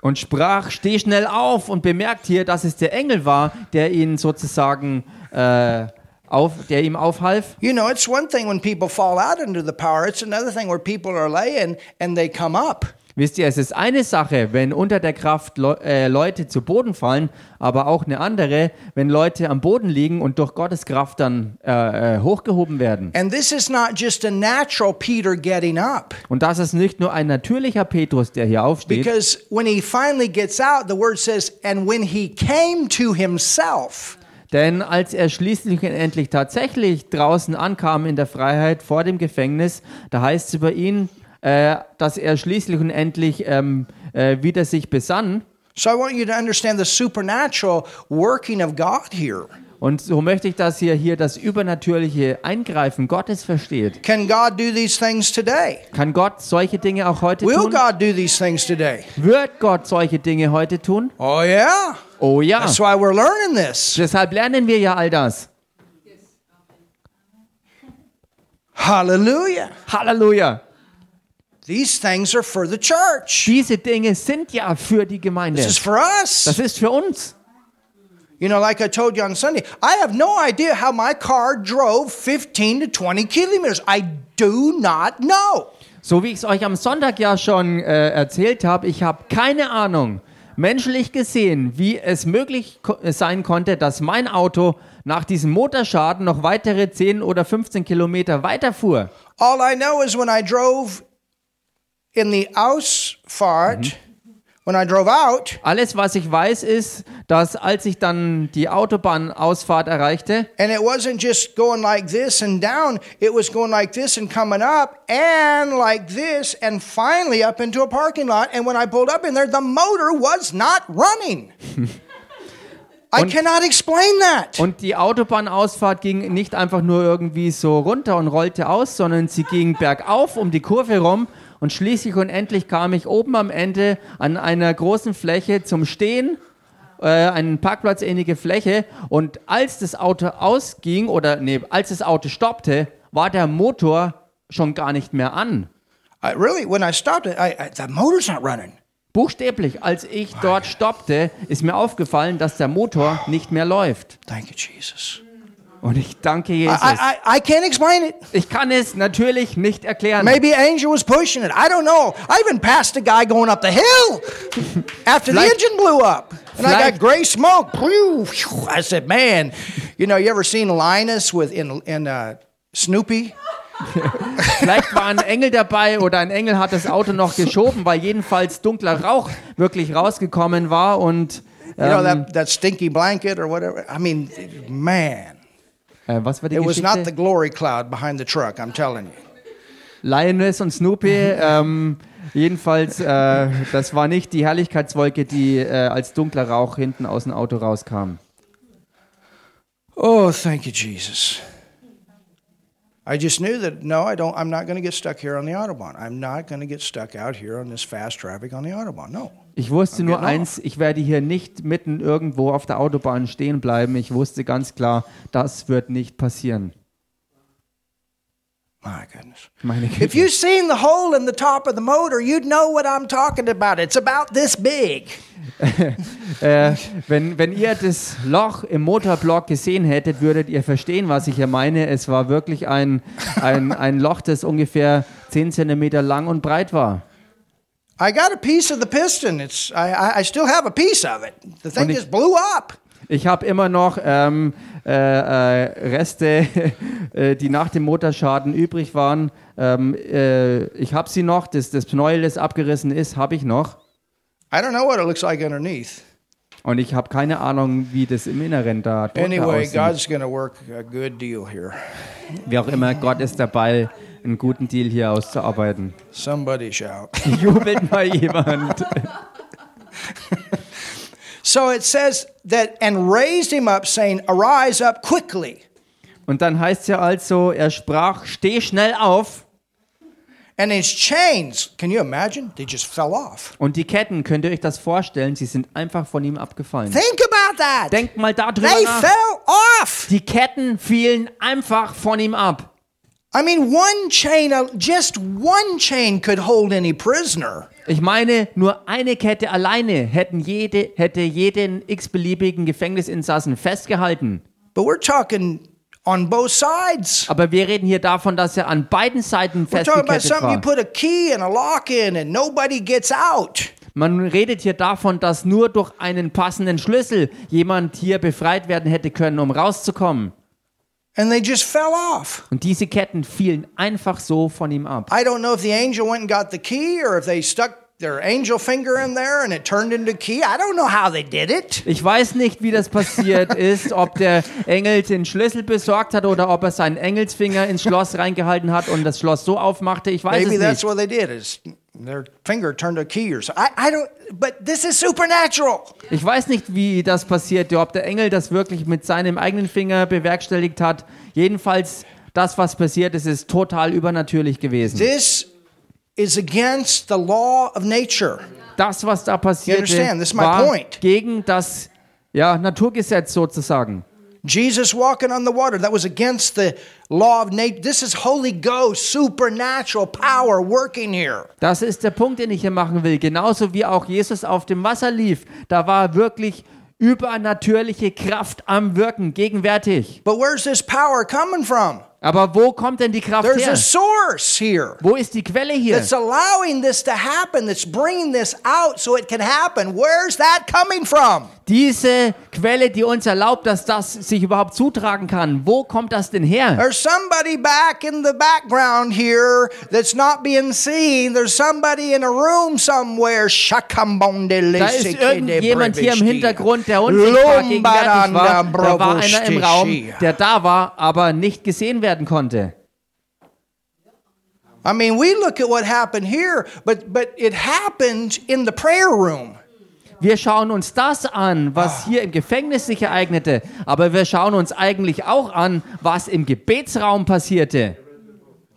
S2: Und sprach, steh schnell auf und bemerkt hier, dass es der Engel war, der ihn sozusagen, äh, auf, der ihm aufhalf.
S1: You know, it's one thing when people fall out into the power, it's another thing where people are laying and they come up.
S2: Wisst ihr, es ist eine Sache, wenn unter der Kraft Le äh, Leute zu Boden fallen, aber auch eine andere, wenn Leute am Boden liegen und durch Gottes Kraft dann äh, äh, hochgehoben werden.
S1: And this is not just a natural Peter getting up.
S2: Und das ist nicht nur ein natürlicher Petrus, der hier aufsteht,
S1: Because when he finally gets out, the word says, and when he came to himself,
S2: denn als er schließlich und endlich tatsächlich draußen ankam in der Freiheit vor dem Gefängnis, da heißt es über ihn, äh, dass er schließlich und endlich ähm, äh, wieder sich besann.
S1: so I want you to understand the supernatural working of God here.
S2: Und so möchte ich, dass ihr hier das übernatürliche Eingreifen Gottes versteht.
S1: Can God do these things today?
S2: Kann Gott solche Dinge auch heute
S1: Will
S2: tun?
S1: God do these things today?
S2: Wird Gott solche Dinge heute tun?
S1: Oh, yeah.
S2: Oh ja.
S1: That's why we're learning this.
S2: Deshalb lernen wir ja all das.
S1: Hallelujah.
S2: Halleluja.
S1: These things are for the church.
S2: Diese Dinge sind ja für die Gemeinde.
S1: This is for us.
S2: Das ist für uns.
S1: You know, like I told you on Sunday, I have no idea how my car drove 15 to 20 kilometers. I do not know.
S2: So wie ich es euch am Sonntag ja schon äh, erzählt habe, ich habe keine Ahnung, menschlich gesehen, wie es möglich ko äh, sein konnte, dass mein Auto nach diesem Motorschaden noch weitere 10 oder 15 Kilometer weiterfuhr.
S1: All I know is when I drove in the Ausfahrt, when I drove out
S2: Alles, was ich weiß, ist, dass als ich dann die Autobahnausfahrt erreichte,
S1: and it wasn't just going like this and down, it was going like this and coming up and like this and finally up into a parking lot. And when I pulled up in there, the motor was not running. I cannot explain that.
S2: und die Autobahnausfahrt ging nicht einfach nur irgendwie so runter und rollte aus, sondern sie ging bergauf um die Kurve rum und schließlich und endlich kam ich oben am Ende an einer großen Fläche zum Stehen, äh, eine parkplatzähnliche Fläche und als das Auto ausging oder nee, als das Auto stoppte, war der Motor schon gar nicht mehr an.
S1: I really, when I stopped it, I, I, the motor's not running.
S2: Buchstäblich, als ich dort stoppte, ist mir aufgefallen, dass der Motor nicht mehr läuft.
S1: Thank you, Jesus.
S2: Und ich danke
S1: I,
S2: Jesus.
S1: I, I, I can't explain it.
S2: Ich kann es natürlich nicht erklären.
S1: Maybe Angel was pushing it. I don't know. I even passed a guy going up the hill after the
S2: Like-
S1: engine blew up. And I got
S2: Like-
S1: gray smoke. Phew, phew. I said, man, you know, you ever seen Linus with in, in uh, Snoopy?
S2: Vielleicht war ein Engel dabei oder ein Engel hat das
S1: *laughs*
S2: Auto noch geschoben, weil jedenfalls dunkler Rauch wirklich rausgekommen war und
S1: You know,
S2: ähm,
S1: that, that stinky blanket or whatever? I mean, man,
S2: äh, was war die
S1: it was not the
S2: Geschichte?
S1: glory cloud behind the truck, I'm telling you.
S2: Lioness und Snoopy.
S1: Mhm.
S2: Ähm, jedenfalls, äh, das war nicht die Herrlichkeitswolke, die äh, als dunkler Rauch hinten aus dem Auto rauskam.
S1: Oh, thank you, Jesus. I just knew that no, I don't. I'm not going to get stuck here on the autobahn. I'm not going to get stuck out here on this fast traffic on the autobahn. No.
S2: Ich wusste nur
S1: genau.
S2: eins, ich werde hier nicht mitten irgendwo auf der Autobahn stehen bleiben. Ich wusste ganz klar, das wird nicht passieren.
S1: My goodness.
S2: Meine
S1: If
S2: Güte.
S1: you've seen the hole in the top of the motor, you'd know what I'm talking about. It's about this big.
S2: Äh, wenn, wenn ihr das Loch im Motorblock gesehen hättet, würdet ihr verstehen, was ich hier meine. Es war wirklich ein, ein, ein Loch, das ungefähr 10 Zentimeter lang und breit war.
S1: I got a piece of the piston. It's I, I, I still have a piece of it. The thing
S2: Und ich-
S1: just blew up.
S2: Ich habe immer noch ähm, äh, äh, Reste, *laughs* äh, die nach dem Motorschaden übrig waren. Ähm, äh, ich habe sie noch. Das, das Pneuel, das abgerissen ist, habe ich noch.
S1: I don't know what it looks like underneath.
S2: Und ich habe keine Ahnung, wie das im Inneren da drunter
S1: Anyway,
S2: aussieht.
S1: God's going to work a good deal here.
S2: Wie auch immer, Gott ist dabei, einen guten Deal hier auszuarbeiten.
S1: Somebody shout.
S2: Jubelt mal jemand.
S1: So it says that, and raised him up, saying, Arise up quickly.
S2: Und dann heißt es ja also, er sprach, steh schnell auf.
S1: And his chains, can you imagine? They just fell off.
S2: Und die Ketten, könnt ihr euch das vorstellen, sie sind einfach von ihm abgefallen.
S1: Think about that.
S2: Denkt mal darüber
S1: they
S2: nach.
S1: fell off.
S2: Die Ketten fielen einfach von ihm ab.
S1: I mean, one chain, uh, just one chain could hold any prisoner.
S2: Ich meine, nur eine Kette alleine hätten jede, hätte jeden x-beliebigen Gefängnisinsassen festgehalten.
S1: But we're talking on both sides.
S2: Aber wir reden hier davon, dass er an beiden Seiten
S1: We're talking about
S2: festgekettet
S1: something you
S2: war.
S1: put a key and a lock in and nobody gets out.
S2: Man redet hier davon, dass nur durch einen passenden Schlüssel jemand hier befreit werden hätte können, um rauszukommen.
S1: And they just fell off.
S2: Und diese Ketten fielen einfach so von ihm ab.
S1: I don't know if the angel went and got the key or if they stuck their angel finger in there and it turned into key. I don't know how they did it.
S2: Ich weiß nicht, wie
S1: *laughs*
S2: das passiert ist, ob der Engel den Schlüssel besorgt hat oder ob er seinen Engelsfinger ins Schloss reingehalten hat und das Schloss so aufmachte. Ich weiß
S1: Maybe
S2: es
S1: that's
S2: nicht.
S1: what they did. Is their finger turned to a key or something. I, I don't. But this is supernatural.
S2: Ich weiß nicht, wie das passierte, ob der Engel das wirklich mit seinem eigenen Finger bewerkstelligt hat. Jedenfalls, das, was passiert ist, ist total übernatürlich gewesen.
S1: This is against the law of nature.
S2: Das, was da passierte,
S1: understand? This is my
S2: war
S1: point.
S2: gegen das ja, Naturgesetz sozusagen.
S1: Jesus walking on the water. That was against the law of nature. This is Holy Ghost supernatural power working here.
S2: Das ist der Punkt, den ich hier machen will. Genauso wie auch Jesus auf dem Wasser lief. Da war wirklich übernatürliche Kraft am Wirken, gegenwärtig.
S1: But where's this power coming from?
S2: Aber wo kommt denn die Kraft
S1: There's a
S2: her?
S1: source here.
S2: Wo ist die Quelle hier?
S1: That's allowing this to happen, that's bringing this out so it can happen. Where's that coming from?
S2: Diese Quelle, die uns erlaubt, dass das sich überhaupt zutragen kann. Wo kommt das denn her?
S1: There's somebody back in the background here that's not being seen. There's somebody in a room somewhere. Shakambondele
S2: Da ist
S1: sekede
S2: irgendjemand hier im
S1: brevesti.
S2: Hintergrund, der unsichtbar gegenwärtig
S1: Lombaranda
S2: war. Da war einer im Raum,
S1: bravostici.
S2: der da war, aber nicht gesehen werden konnte.
S1: I mean, we look at what happened here, but but it happened in the prayer room.
S2: Wir schauen uns das an, was
S1: Ah.
S2: hier im Gefängnis sich ereignete, aber wir schauen uns eigentlich auch an, was im Gebetsraum passierte.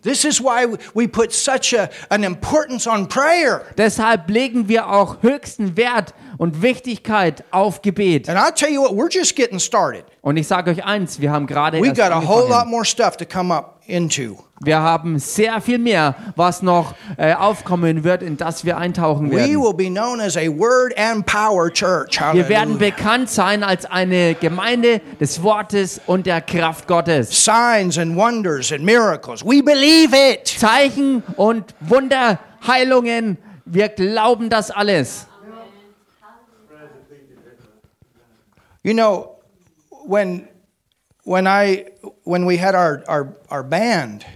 S1: This is why we put such a, an importance on prayer.
S2: Deshalb legen wir auch höchsten Wert und Wichtigkeit auf Gebet.
S1: And I'll tell you what, we're just getting started.
S2: Und ich sage euch eins, wir haben gerade
S1: We
S2: erst
S1: got a whole lot
S2: angefangen.
S1: more stuff to come up into.
S2: Wir haben sehr viel mehr, was noch äh, aufkommen wird, in das wir eintauchen
S1: We
S2: werden.
S1: will be known as a word and power church.
S2: Wir werden
S1: Hallelujah.
S2: bekannt sein als eine Gemeinde des Wortes und der Kraft Gottes.
S1: Signs and wonders and miracles. We believe it.
S2: Zeichen und Wunder, Heilungen, wir glauben das alles.
S1: You know, when when I when we had our our, our band,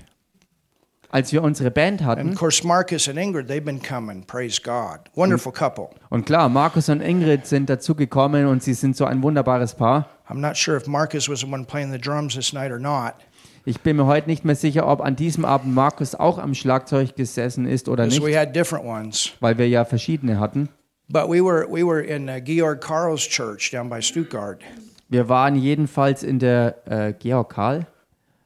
S2: Als wir unsere
S1: and
S2: Band
S1: of
S2: hatten,
S1: course Marcus and Ingrid, they've been coming, praise God. Wonderful
S2: Hmm?
S1: couple.
S2: und klar, Markus und Ingrid sind dazugekommen und sie sind so ein wunderbares Paar.
S1: I'm not sure if Marcus was the one playing the drums this night or not.
S2: Ich bin mir heute nicht mehr sicher, ob an diesem Abend Markus auch am Schlagzeug gesessen ist oder
S1: Because
S2: nicht,
S1: we had different ones.
S2: weil wir ja verschiedene hatten.
S1: But we were we were in uh, Georg Karl's church down by Stuttgart.
S2: Wir waren jedenfalls in der äh, Georg Karl,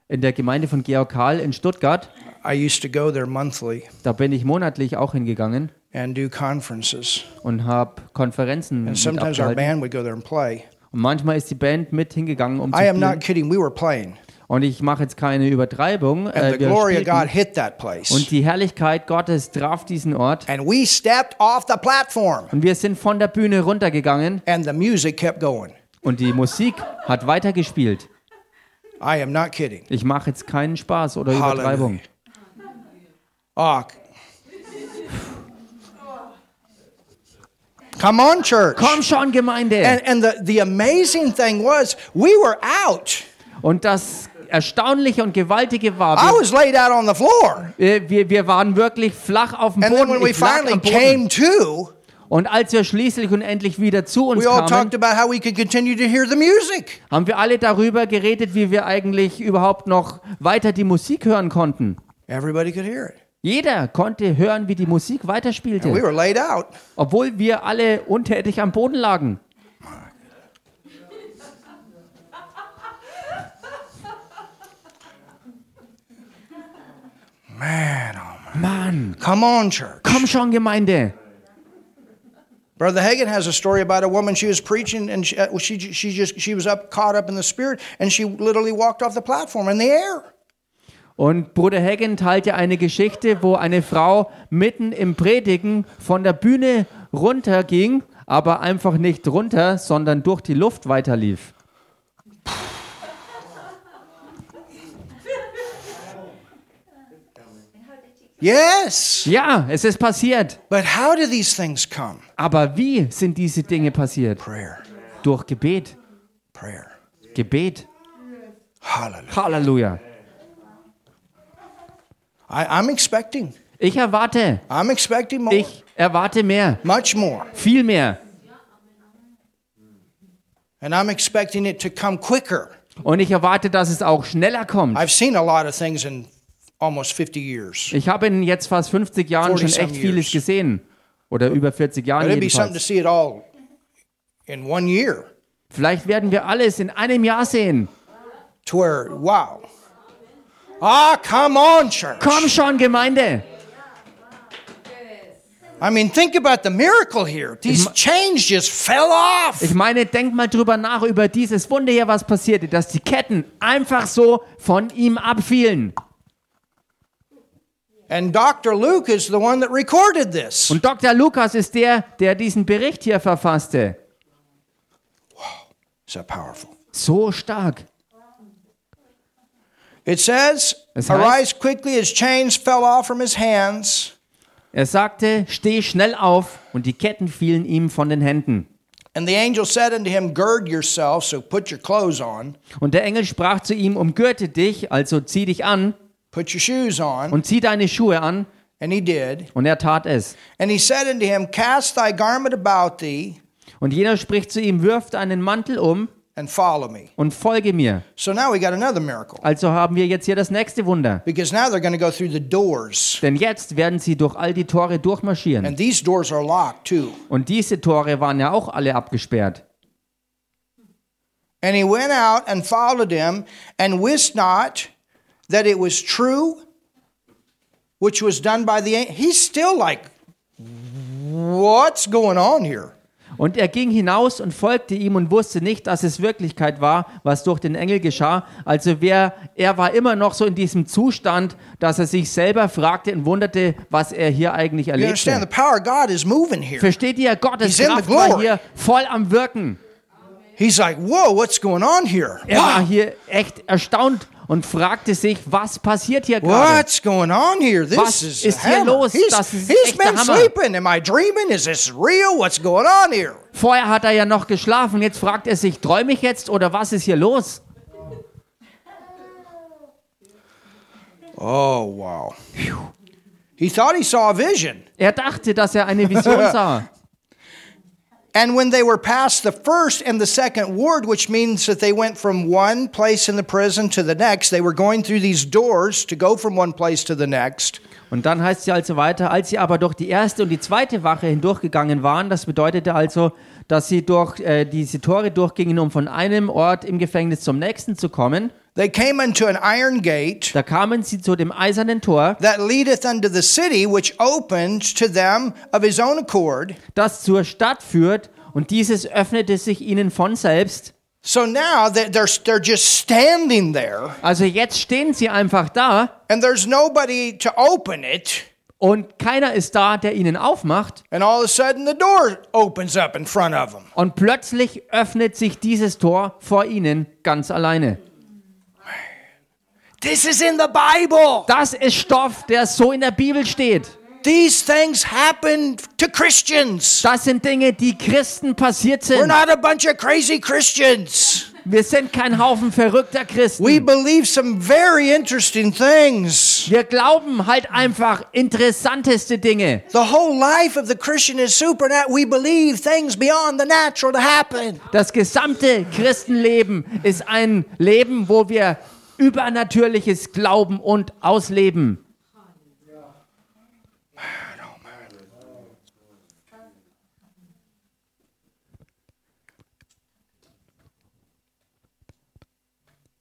S2: in der Gemeinde von Georg Karl in Stuttgart.
S1: I used to go there monthly
S2: Da bin ich monatlich auch hingegangen
S1: and do conferences.
S2: und habe Konferenzen
S1: And
S2: mit
S1: sometimes our
S2: abgehalten.
S1: band would go there and play.
S2: Und manchmal ist die Band mit hingegangen, um zu
S1: I am not
S2: spielen.
S1: kidding. We were playing,
S2: Und ich mache jetzt keine Übertreibung.
S1: and the
S2: Äh, wir
S1: glory of God
S2: spielten,
S1: hit that place.
S2: und die Herrlichkeit Gottes traf diesen Ort.
S1: And we stepped off the platform,
S2: Und wir sind von der Bühne runtergegangen
S1: and the music kept going.
S2: und die Musik hat weitergespielt.
S1: I am not kidding.
S2: Ich mache jetzt keinen Spaß oder
S1: Halleluja.
S2: Übertreibung.
S1: Oh. Come on, church.
S2: Komm schon, Gemeinde!
S1: And, and the, the amazing thing was, we were out.
S2: Und das Erstaunliche und Gewaltige war,
S1: I
S2: wir
S1: was laid out on the floor.
S2: Äh, wir, wir waren wirklich flach auf dem
S1: And then when
S2: Boden.
S1: we
S2: Ich lag
S1: finally
S2: am Boden.
S1: came to,
S2: Und als wir schließlich und endlich wieder zu uns
S1: we all talked
S2: kamen,
S1: about how we could continue to hear the music.
S2: haben wir alle darüber geredet, wie wir eigentlich überhaupt noch weiter die Musik hören konnten.
S1: Everybody could hear it.
S2: Jeder konnte hören, wie die Musik
S1: And we
S2: weiterspielte,
S1: were laid out.
S2: obwohl wir alle untätig am Boden lagen.
S1: Man, oh man.
S2: Mann,
S1: Come on, church.
S2: komm schon, Gemeinde.
S1: Brother Hagin has a story about a woman she was preaching and she, uh, she, she just she was up caught up in the spirit and she literally walked off the platform in the air.
S2: Und Bruder Hagen teilte eine Geschichte, wo eine Frau mitten im Predigen von der Bühne runterging, aber einfach nicht runter, sondern durch die Luft weiterlief.
S1: Yes.
S2: Ja, es ist passiert.
S1: But how do these things come?
S2: Aber wie sind diese Dinge passiert?
S1: Prayer.
S2: Durch Gebet.
S1: Prayer.
S2: Gebet.
S1: Hallelujah.
S2: Halleluja.
S1: I, I'm expecting.
S2: Ich erwarte.
S1: I'm expecting more.
S2: Ich erwarte mehr.
S1: Much more.
S2: Viel mehr.
S1: And I'm expecting it to come quicker.
S2: Und ich erwarte, dass es auch schneller kommt.
S1: I've seen a lot of things in almost 50 years.
S2: Ich habe in jetzt fast 50 Jahren schon
S1: 40
S2: echt
S1: some years.
S2: vieles gesehen. Oder über 40 Jahren
S1: But it'd be something to
S2: jedenfalls.
S1: see it all in one year
S2: Vielleicht werden wir alles in einem Jahr sehen.
S1: to where, wow. Ah, come on, church.
S2: Komm schon, Gemeinde.
S1: I mean, think about the miracle here. These chains just fell off.
S2: Ich meine, denk mal drüber nach, über dieses Wunder hier, was passierte, dass die Ketten einfach so von ihm abfielen.
S1: And Dr. Luke is the one that recorded this.
S2: Und Dr. Lukas ist der, der diesen Bericht hier verfasste.
S1: Is that powerful?
S2: So stark.
S1: It says,
S2: Es heißt-
S1: Arise quickly, his chains fell off from his hands.
S2: Er sagte, steh schnell auf, und die Ketten fielen ihm von den Händen.
S1: And the angel said unto him, Gird yourself, so put your clothes on,
S2: Und der Engel sprach zu ihm, umgürte dich, also zieh dich an,
S1: put your shoes on.
S2: und zieh deine Schuhe an,
S1: And he did.
S2: und er tat es.
S1: And he said unto him, Cast thy garment about thee
S2: Und jener spricht zu ihm, wirf deinen Mantel um
S1: and follow me.
S2: und folge mir.
S1: So now we got another miracle
S2: Also haben wir jetzt hier das nächste Wunder.
S1: because now they're going to go through the doors.
S2: Denn jetzt werden sie durch all die Tore durchmarschieren.
S1: And these doors are locked too.
S2: Und diese Tore waren ja auch alle abgesperrt.
S1: And he went out and followed him and wist not that it was true, which was done by the angel. He's still like, What's going on here?
S2: Und er ging hinaus und folgte ihm und wusste nicht, dass es Wirklichkeit war, was durch den Engel geschah. Also wer, er war immer noch so in diesem Zustand, dass er sich selber fragte und wunderte, was er hier eigentlich
S1: You understand? The
S2: erlebte.
S1: power of God is moving here.
S2: Versteht ihr,
S1: He's
S2: Gottes
S1: in the
S2: Kraft war
S1: glory.
S2: hier voll am Wirken.
S1: He's like, whoa, what's going on here?
S2: Er war hier echt erstaunt und fragte sich, was passiert hier gerade?
S1: What's going on here? This
S2: Was
S1: is
S2: ist
S1: a
S2: hier
S1: hammer.
S2: los?
S1: He's,
S2: Das ist
S1: he's
S2: echt der
S1: been
S2: Hammer.
S1: sleeping. Am I dreaming? Is this real? What's going on here?
S2: Vorher hat er ja noch geschlafen, jetzt fragt er sich, träume ich jetzt oder was ist hier los?
S1: Oh, wow. Phew. He thought he saw a vision.
S2: Er dachte, dass er eine
S1: *laughs*
S2: Vision sah.
S1: And when they were past the first and the second ward, which means that they went from one place in the prison to the next, they were going through these doors to go from one place to the next.
S2: Und dann heißt sie also weiter, als sie aber durch die erste und die zweite Wache hindurchgegangen waren, das bedeutete also, dass sie durch äh, diese Tore durchgingen, um von einem Ort im Gefängnis zum nächsten zu kommen.
S1: They came unto an iron gate
S2: Da kamen sie zu dem eisernen Tor,
S1: that leadeth unto the city, which opened to them of his own accord.
S2: das zur Stadt führt, und dieses öffnete sich ihnen von selbst.
S1: So now that they're, they're just standing there,
S2: Also jetzt stehen sie einfach da
S1: and there's nobody to open it.
S2: und keiner ist da, der ihnen aufmacht.
S1: And all of a sudden, the door opens up in front of them.
S2: Und plötzlich öffnet sich dieses Tor vor ihnen ganz alleine.
S1: This is in the Bible.
S2: Das ist Stoff, der so in der Bibel steht.
S1: These things happen to Christians.
S2: Das sind Dinge, die Christen passiert
S1: We're
S2: sind.
S1: not a bunch of crazy Christians.
S2: Wir sind kein Haufen verrückter
S1: We
S2: Christen.
S1: believe some very interesting things.
S2: Wir glauben halt einfach interessanteste Dinge.
S1: The whole life of the Christian is supernatural. We believe things beyond the natural to happen.
S2: Das gesamte Christenleben ist ein Leben, wo wir übernatürliches glauben und ausleben.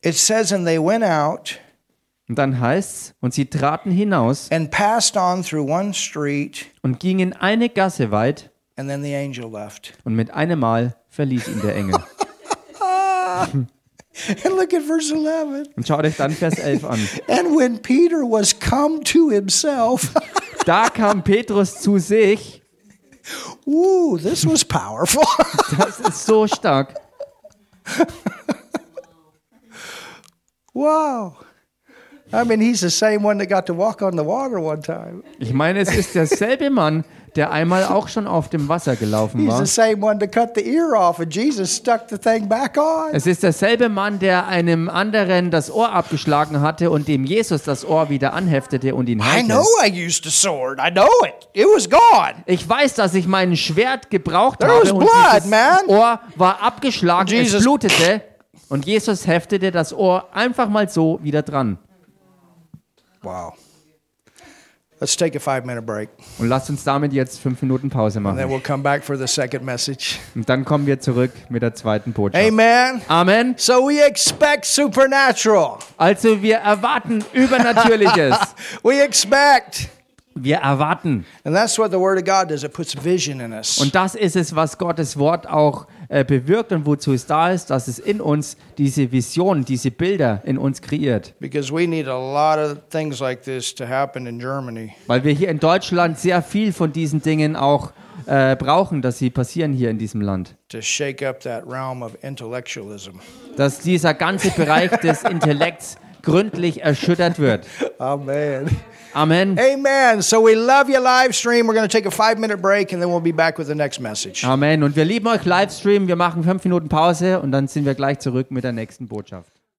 S1: It says, and they went out
S2: Und dann heißt's, und sie traten hinaus
S1: and passed on through one street,
S2: und gingen eine Gasse weit,
S1: and then the angel left. *laughs*
S2: und mit einem Mal verließ ihn der Engel.
S1: And look at verse 11.
S2: Und schaut euch dann Vers 11 an.
S1: And when Peter was come to himself, *laughs*
S2: Da kam Petrus zu sich.
S1: ooh, this was powerful. *laughs*
S2: Das ist so stark.
S1: wow. I mean, he's the same one that got to walk on the water one time.
S2: Ich meine, es ist derselbe Mann, der einmal auch schon auf dem Wasser gelaufen
S1: He's
S2: war.
S1: the same one to cut the ear off, and Jesus stuck the thing back on.
S2: Es ist derselbe Mann, der einem anderen das Ohr abgeschlagen hatte und dem Jesus das Ohr wieder anheftete und ihn
S1: I
S2: heilte.
S1: know I used a sword. I know it. It was gone.
S2: Ich weiß, dass ich mein Schwert gebraucht
S1: There was
S2: habe und
S1: blood,
S2: dieses
S1: man.
S2: Ohr war abgeschlagen,
S1: Jesus-
S2: es blutete und Jesus heftete das Ohr einfach mal so wieder dran.
S1: Wow. Let's take a five minute break,
S2: Und lasst uns damit jetzt fünf Minuten Pause
S1: and then
S2: machen.
S1: we'll come back for the second message.
S2: Und dann kommen wir zurück mit der zweiten Botschaft.
S1: Amen.
S2: Amen.
S1: So we expect supernatural.
S2: Also wir erwarten Übernatürliches.
S1: *laughs* We expect.
S2: Wir erwarten.
S1: And that's what the Word of God does. It puts vision in us.
S2: Und das ist es, was Gottes Wort auch äh, bewirkt und wozu es da ist, dass es in uns diese Vision, diese Bilder in uns kreiert.
S1: Because we need a lot of things like this to happen in Germany.
S2: Weil wir hier in Deutschland sehr viel von diesen Dingen auch äh, brauchen, dass sie passieren hier in diesem Land.
S1: to shake up that realm of intellectualism.
S2: Dass dieser ganze Bereich des Intellekts gründlich erschüttert wird.
S1: Amen.
S2: Amen.
S1: Amen. So we love you, live stream. We're going to take a five minute break and then we'll be back with the next message.
S2: Amen. Und wir lieben euch Livestream. Wir machen fünf Minuten Pause und dann sind wir gleich zurück mit der nächsten Botschaft.